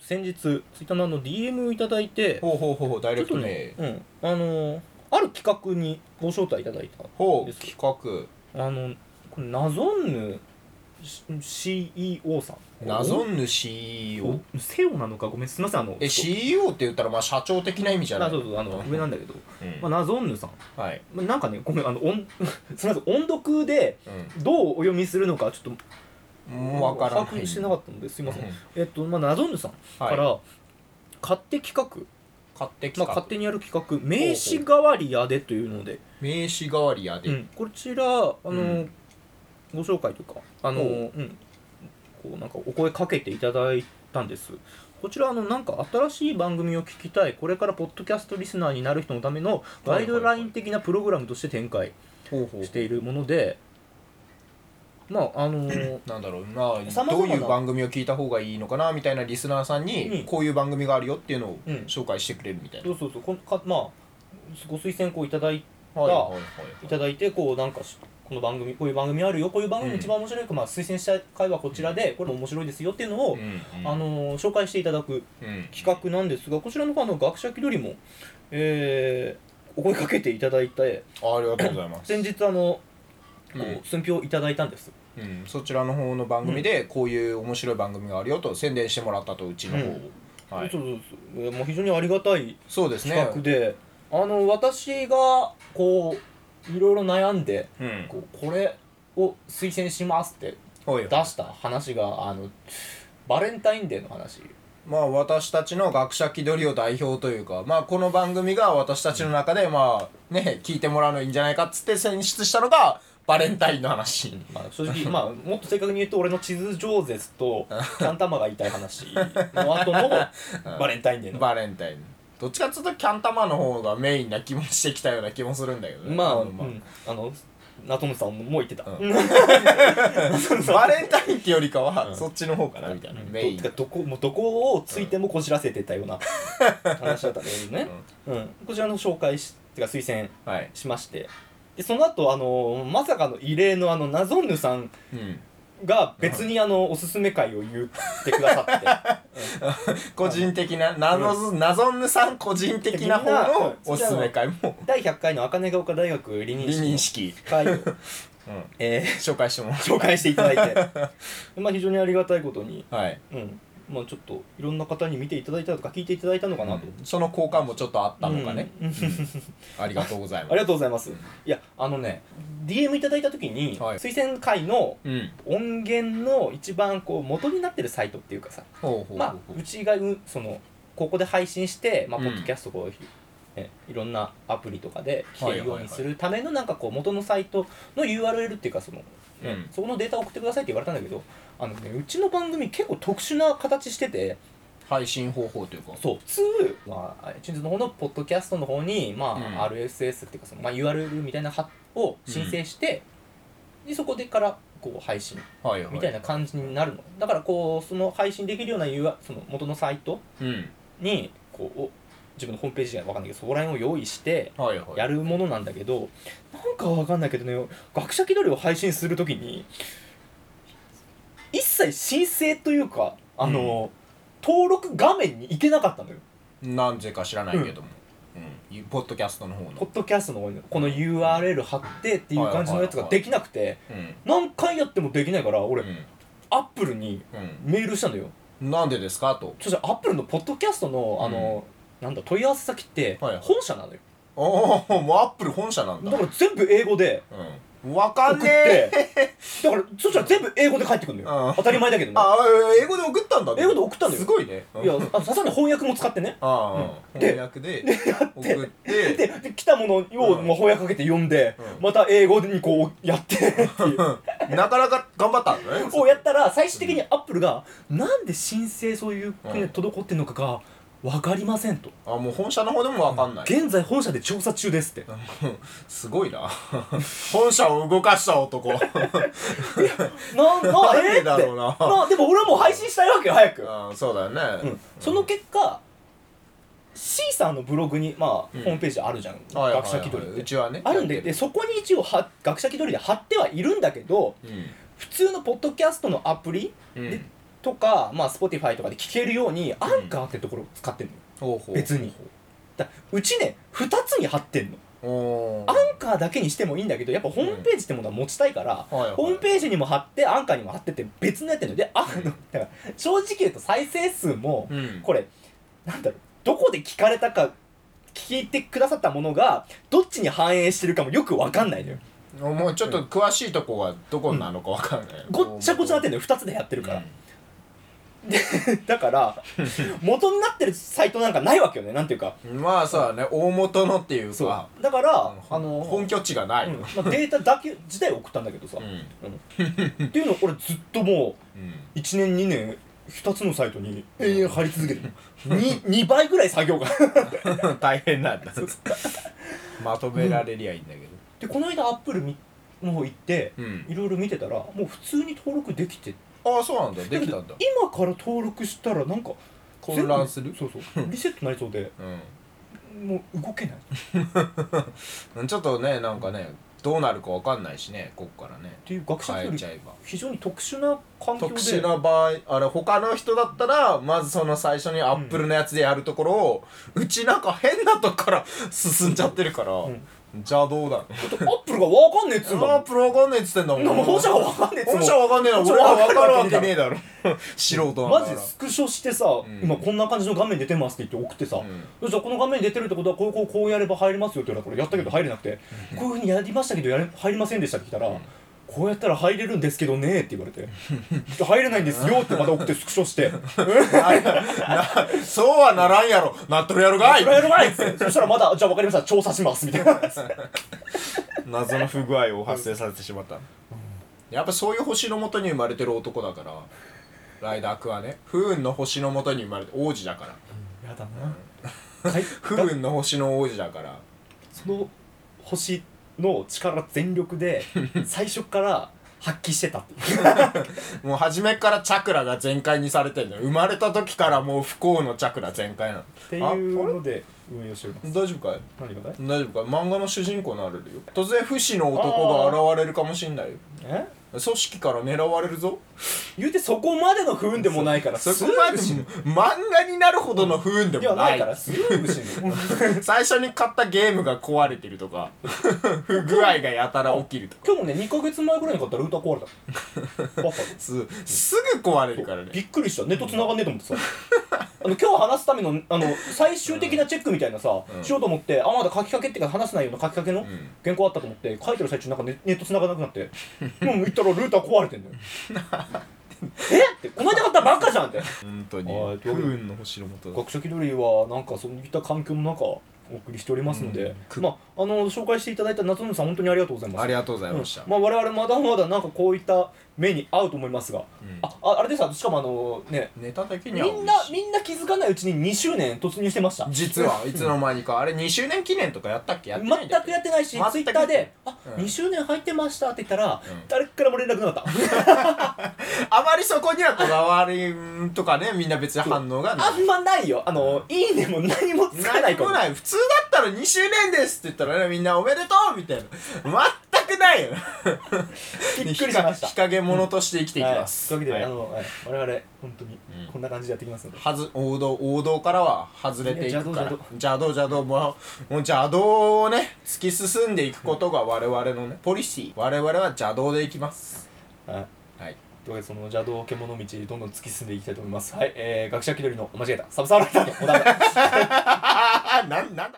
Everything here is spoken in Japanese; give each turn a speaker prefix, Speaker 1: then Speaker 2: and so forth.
Speaker 1: 先日ツイッターのあの DM いただいて
Speaker 2: ほうほうほうほうダイ
Speaker 1: ちょ
Speaker 2: レ
Speaker 1: っ
Speaker 2: クト
Speaker 1: と
Speaker 2: ね
Speaker 1: ね、うん、あのーある企画にご招待いただいた
Speaker 2: ほう
Speaker 1: です
Speaker 2: 企画
Speaker 1: あのこれナゾンヌし CEO さん
Speaker 2: 謎ぬ
Speaker 1: お
Speaker 2: CEO
Speaker 1: セオなのかごめんすいませんあの
Speaker 2: え CEO って言ったらまあ社長的な意味じゃな
Speaker 1: あ
Speaker 2: い
Speaker 1: そうそうあの上なんだけど、
Speaker 2: うん
Speaker 1: まあ、ナゾンヌさん
Speaker 2: はい、
Speaker 1: まあなんかねごめんあの音 すみません音読でどうお読みするのかちょっと
Speaker 2: うん、わからない
Speaker 1: 把握してなかったのですいません、
Speaker 2: うん
Speaker 1: えっとまあナゾンヌさんか
Speaker 2: はい
Speaker 1: ら、勝手企画、
Speaker 2: 買ってき
Speaker 1: ま
Speaker 2: た、
Speaker 1: あ、勝手にやる企画名刺代わりやでというので、
Speaker 2: 名刺代わりやで、
Speaker 1: うんこちらあの、
Speaker 2: うん
Speaker 1: ご紹介というかあの、
Speaker 2: お
Speaker 1: う、
Speaker 2: うん
Speaker 1: こうなんかお声かけていただいたんですこちらあのなんか新しい番組を聞きたいこれからポッドキャストリスナーになる人のためのガイドライン的なプログラムとして展開
Speaker 2: ほうほ
Speaker 1: しているものでまああの
Speaker 2: なんだろうまあ
Speaker 1: 様々な
Speaker 2: どういう番組を聞いた方がいいのかなみたいなリスナーさんに、
Speaker 1: うん
Speaker 2: こういう番組があるよっていうのを
Speaker 1: うん
Speaker 2: 紹介してくれるみたいな、
Speaker 1: そうそうそうこんかまあご推薦こういただい
Speaker 2: はい
Speaker 1: が
Speaker 2: はいはい
Speaker 1: ただいてこうなんかしこの番組こういう番組あるよこういう番組一番面白いから、まあ、推薦した回はこちらでこれも面白いですよっていうのを、
Speaker 2: い、うんうん
Speaker 1: あのー紹介していただく
Speaker 2: うん
Speaker 1: 企画なんですがこちらの方あの学者気取りも、えーお声かけていただいて
Speaker 2: あありがとうございます、
Speaker 1: 先日あのこ
Speaker 2: うん
Speaker 1: う寸評いただいたんです、
Speaker 2: うん、そちらの方の番組でこういう面白い番組があるよと宣伝してもらったとうちの方を、はい、
Speaker 1: そうそうそうもう非常にありがたい
Speaker 2: そうですね
Speaker 1: 企画で、あの私がこういろいろ悩んで
Speaker 2: うん
Speaker 1: こうこれを推薦しますって
Speaker 2: ほ
Speaker 1: 出
Speaker 2: い
Speaker 1: した話があのバレンタインデーの話
Speaker 2: まあ私たちの学者気取りを代表というかまあこの番組が私たちの中でまあね聞いてもらうのいいんじゃないかっつって選出したのがバレンタインの話、
Speaker 1: まあ、正直、まあ、もっと正確に言うと俺の地図饒舌 とキャン玉が痛い話の後のバレンタインデーの、
Speaker 2: バレンタインどっちかっつうとキャンタマの方がメインな気もしてきたような気もするんだけどね
Speaker 1: まあ、
Speaker 2: う
Speaker 1: うんん、 あのナトムさんも言ってた、
Speaker 2: う
Speaker 1: うん
Speaker 2: バレンタインってよりかは、
Speaker 1: うん
Speaker 2: そっちの方かなみたいな、メイン
Speaker 1: どてかどこもうどこをついてもこじらせてたような話だったんだけどね、うん、こちらの紹介してか推薦
Speaker 2: はい、
Speaker 1: しましてでその後あのまさかの異例のあのナゾンヌさん
Speaker 2: うん、
Speaker 1: が別にあのおすすめ会を言ってくださ
Speaker 2: 個人的な謎、謎ぬさん個人的な方のおすすめ会も
Speaker 1: って第100回の茜ヶ丘大学離任
Speaker 2: 離
Speaker 1: 式
Speaker 2: 任
Speaker 1: の
Speaker 2: 式、
Speaker 1: 会を、
Speaker 2: うん、
Speaker 1: え
Speaker 2: 紹介してもら
Speaker 1: ー紹介していただいてまあ非常にありがたいことに、
Speaker 2: うはい
Speaker 1: うんまあ、ちょっといろんな方に見ていただいたとか聞いていただいたのかなと、
Speaker 2: その交換もちょっとあったのかね、
Speaker 1: うん
Speaker 2: うんありがとうござい
Speaker 1: あ
Speaker 2: ま
Speaker 1: り
Speaker 2: す
Speaker 1: がとうございますいやあのね DM いただいた時に、
Speaker 2: はい
Speaker 1: 推薦会の
Speaker 2: うん
Speaker 1: 音源の一番こう元になってるサイトっていうかさ
Speaker 2: ほうほうほうほう、
Speaker 1: まあ、うちがうそのここで配信して、まあ、
Speaker 2: うん
Speaker 1: ポッドキャストこう、ねいろんなアプリとかで聞けるよう
Speaker 2: はい
Speaker 1: に
Speaker 2: はいはい
Speaker 1: するためのなんかこう元のサイトの URL っていうかその、ね
Speaker 2: うん
Speaker 1: そこのデータを送ってくださいって言われたんだけどあの、ね、うちの番組結構特殊な形してて
Speaker 2: 配信方法というか
Speaker 1: そう普通、まあ、iTunes の方のポッドキャストの方に、まあ
Speaker 2: う
Speaker 1: RSS っていうかその、まあ、URL みたいなはを申請して、でそこでからこう配信
Speaker 2: はいはい
Speaker 1: みたいな感じになるの、だからこうその配信できるような UR その元のサイト
Speaker 2: うん
Speaker 1: にこうお自分のホームページじゃわかんないけどそこら辺を用意して
Speaker 2: はいはい
Speaker 1: やるものなんだけどなんかわかんないけどね学者気取りを配信するときに一切申請というかあの、登録画面に行けなかったのよ
Speaker 2: なんぜか知らないけども、うんポッドキャストの方
Speaker 1: ポ
Speaker 2: の
Speaker 1: ッドキャストの方にこの URL 貼ってっていう感じのやつができなくて
Speaker 2: うん
Speaker 1: 何回やってもできないから
Speaker 2: う
Speaker 1: 俺
Speaker 2: ん
Speaker 1: アップルにメールしたのよ
Speaker 2: うんなんでですかと
Speaker 1: そしたらアップルのポッドキャストのあの、なんだ問い合わせ先って
Speaker 2: はいはい
Speaker 1: 本社なのよ
Speaker 2: おおもうアップル本社なんだ
Speaker 1: だから全部英語で
Speaker 2: うんわかんねえ
Speaker 1: だからそしたら全部英語で返ってくるのよ、
Speaker 2: うん
Speaker 1: 当たり前だけどね
Speaker 2: あ英語で送ったんだね
Speaker 1: 英語で送ったんだよ
Speaker 2: すごいねうん
Speaker 1: いやあのさすがに翻訳も使ってね
Speaker 2: ああ
Speaker 1: うんで
Speaker 2: 翻訳で送って
Speaker 1: でで来たものを、
Speaker 2: うん
Speaker 1: まあ、翻訳かけて読んで、
Speaker 2: うん
Speaker 1: また英語にこうやって っていう
Speaker 2: うんなかなか頑張ったんだね
Speaker 1: をやったら最終的にアップルがなんで申請そういう国で滞ってんのかが分かりませんと
Speaker 2: あもう本社の方でもわかんない
Speaker 1: 現在本社で調査中ですって
Speaker 2: うんすごいな 本社を動かし た男
Speaker 1: なん な
Speaker 2: なん
Speaker 1: えー
Speaker 2: で
Speaker 1: ってな
Speaker 2: だろうな
Speaker 1: でも俺はもう配信したいわけよ早く、
Speaker 2: あそうだよ
Speaker 1: う
Speaker 2: ね
Speaker 1: ん、その結果 C さんのブログにまあ、
Speaker 2: うん
Speaker 1: ホームページあるじゃん、
Speaker 2: はいはいはい
Speaker 1: 学者気取りって
Speaker 2: うちはね
Speaker 1: あるんででそこに一応は学者気取りで貼ってはいるんだけど
Speaker 2: うん
Speaker 1: 普通のポッドキャストのアプリ
Speaker 2: うん
Speaker 1: でとか、まあ、Spotify とかで聴けるようにアンカーってところを使ってんのよ
Speaker 2: ほうほう
Speaker 1: 別にだうちね2つに貼ってんの
Speaker 2: おー
Speaker 1: アンカーだけにしてもいいんだけどやっぱホームページってものは持ちたいから、
Speaker 2: はいはい
Speaker 1: ホームページにも貼ってアンカーにも貼ってって別のやってるのであのだから正直言うと再生数も
Speaker 2: うん
Speaker 1: これなんだろうどこで聞かれたか聞いてくださったものがどっちに反映してるかもよく分かんないのよ
Speaker 2: もうちょっと詳しいとこがどこなのかわかんない、
Speaker 1: ごっちゃごちゃなってんのよ2つでやってるから、 だから 元になってるサイトなんかないわけよねなんていうか
Speaker 2: うんまあそうだね大元のっていう
Speaker 1: そう
Speaker 2: か
Speaker 1: だから
Speaker 2: うん
Speaker 1: あの
Speaker 2: 本拠地がない、
Speaker 1: うんまあ、データだけ自体送ったんだけどさ、
Speaker 2: うん
Speaker 1: っていうのを俺ずっとも
Speaker 2: うん
Speaker 1: う1年2年2つのサイトに永遠貼り続けて る 2, 2倍ぐらい作業が
Speaker 2: 大変なんだまとめられりゃいいんだけど
Speaker 1: でこの間アップルみの方行って
Speaker 2: うん
Speaker 1: いろいろ見てたらもう普通に登録できて
Speaker 2: ああそうなんだできたんだ
Speaker 1: 今から登録したらなんか
Speaker 2: 混乱する
Speaker 1: 全部そうそうリセットなりそうでもう動けないっ
Speaker 2: うんちょっとねなんかねどうなるかわかんないしねこっからね
Speaker 1: ていう学者
Speaker 2: 変
Speaker 1: よ
Speaker 2: え
Speaker 1: り
Speaker 2: ちゃえば
Speaker 1: 非常に特殊な環境で
Speaker 2: 特殊な場合あれ他の人だったらまずその最初にアップルのやつでやるところを、うちなんか変なとこから 進んじゃってるから、
Speaker 1: ん
Speaker 2: じゃあどうだろう
Speaker 1: だ ってアップルがわかんねえっつうんだも
Speaker 2: アッ
Speaker 1: ん
Speaker 2: プルわかんねえっつってんだもん
Speaker 1: でも本社がわかんねえっつう
Speaker 2: 本社わかんねえな
Speaker 1: 本社
Speaker 2: 俺はわ
Speaker 1: わ
Speaker 2: か
Speaker 1: か
Speaker 2: る
Speaker 1: る
Speaker 2: わ
Speaker 1: わ
Speaker 2: け
Speaker 1: け
Speaker 2: ね
Speaker 1: ね
Speaker 2: えだろ 素人なんだ
Speaker 1: マ
Speaker 2: から
Speaker 1: ジスクショしてさ、
Speaker 2: ん
Speaker 1: 今こんな感じの画面出てますって言って送ってさ、
Speaker 2: う
Speaker 1: じゃあこの画面出てるってことはこうこうこうやれば入りますよって言われたからやったけど入れなくて、こういうふうにやりましたけどやれ入りませんでしたって来たら、こうやったら入れるんですけどねって言われ て入れないんですよってまた送ってスクショして
Speaker 2: そうはならんやろなっとるや
Speaker 1: 「
Speaker 2: ろがい
Speaker 1: やるまい!」っつってそしたらまた「じゃあ分かりました調査します」み たいな
Speaker 2: 謎の不具合を発生させてしまった、やっぱそういう星のもとに生まれてる男だからライダークはね不運の星のもとに生まれて王子だから
Speaker 1: やだな かい
Speaker 2: 不
Speaker 1: だ
Speaker 2: 運の星の王子だから
Speaker 1: その星の力全力 で最初から発揮してたっていう
Speaker 2: もう初めからチャクラが全開にされてんの生まれた時からもう不幸のチャクラ全開なの
Speaker 1: ってい
Speaker 2: ああ
Speaker 1: う
Speaker 2: れ
Speaker 1: ので運用しております
Speaker 2: 大丈夫かい
Speaker 1: 何がだい
Speaker 2: 大丈夫か漫画の主人公になれるよ突然不死の男が現れるかもしんないよ
Speaker 1: え
Speaker 2: 組織から狙われるぞ
Speaker 1: 言うてそこまでの不運でもないから
Speaker 2: そこまで
Speaker 1: で
Speaker 2: も漫画になるほどの不運で
Speaker 1: は
Speaker 2: もな
Speaker 1: ないいからスルーしんの
Speaker 2: 最初に買ったゲームが壊れてるとか不具合がやたら起きるとか
Speaker 1: 今日もね2ヶ月前ぐらいに買ったルーター壊れ たバッファ
Speaker 2: すすぐ壊れるから
Speaker 1: ロー
Speaker 2: ね
Speaker 1: びっくりしたネット繋がんねえと思ってさあの今日話すためのあの最終的なチェックみたいなさ、
Speaker 2: うん
Speaker 1: しようと思ってあまだ書きかけっていうか話せないような書きかけの、
Speaker 2: ん
Speaker 1: 原稿あったと思って書いてる最中なんかネネット繋がなくなってもう行ったらルーター壊れてん だよえってこの間買ったばっかじゃんって
Speaker 2: 本当に
Speaker 1: はい
Speaker 2: 不運の星のもとだ
Speaker 1: 学者気取りはなんかそういった環境の中お送りしておりますので、
Speaker 2: うん
Speaker 1: まああの紹介していただいた夏野さん本当にありがとうございます
Speaker 2: ありがとうございました、
Speaker 1: うんまあ我々まだまだなんかこういった目に合うと思いますが、
Speaker 2: ん
Speaker 1: あああれでさしかもあのね
Speaker 2: ネタ的
Speaker 1: み
Speaker 2: には
Speaker 1: んなみんな気づかないうちに2周年突入してました
Speaker 2: 実 はいつの間にかあれ2周年記念とかやったっけやってないん
Speaker 1: 全
Speaker 2: だっ
Speaker 1: く
Speaker 2: け
Speaker 1: やってないし
Speaker 2: 全く
Speaker 1: ツイッターで「あ、
Speaker 2: うん
Speaker 1: 2周年入ってました」って言ったら、
Speaker 2: うん
Speaker 1: 誰からも連絡なかった
Speaker 2: あまりそこにはこだわりとかねみんな別に反応がない
Speaker 1: あんまないよあの「いいね」も何もつかな
Speaker 2: 何
Speaker 1: いか
Speaker 2: も
Speaker 1: ら
Speaker 2: ない普通だったら2周年ですって言ったらねみんなおめでとうみたいな全くないよ
Speaker 1: びっくりしました
Speaker 2: 日陰者として生きていき
Speaker 1: はい
Speaker 2: ます、
Speaker 1: というわけで、
Speaker 2: はい
Speaker 1: あの、はい、我々本当に
Speaker 2: うん
Speaker 1: こんな感じでやっていきますので、
Speaker 2: はず王道王道からは外れていくから
Speaker 1: いや
Speaker 2: 邪道邪道もうもう邪道をね突き進んでいくことが我々のねポリシー我々は邪道でいきます
Speaker 1: はい
Speaker 2: はい
Speaker 1: というわけでその邪道獣道どんどん突き進んでいきたいと思いますはい、えー、学者気取りの間違えたサブサーライターのお題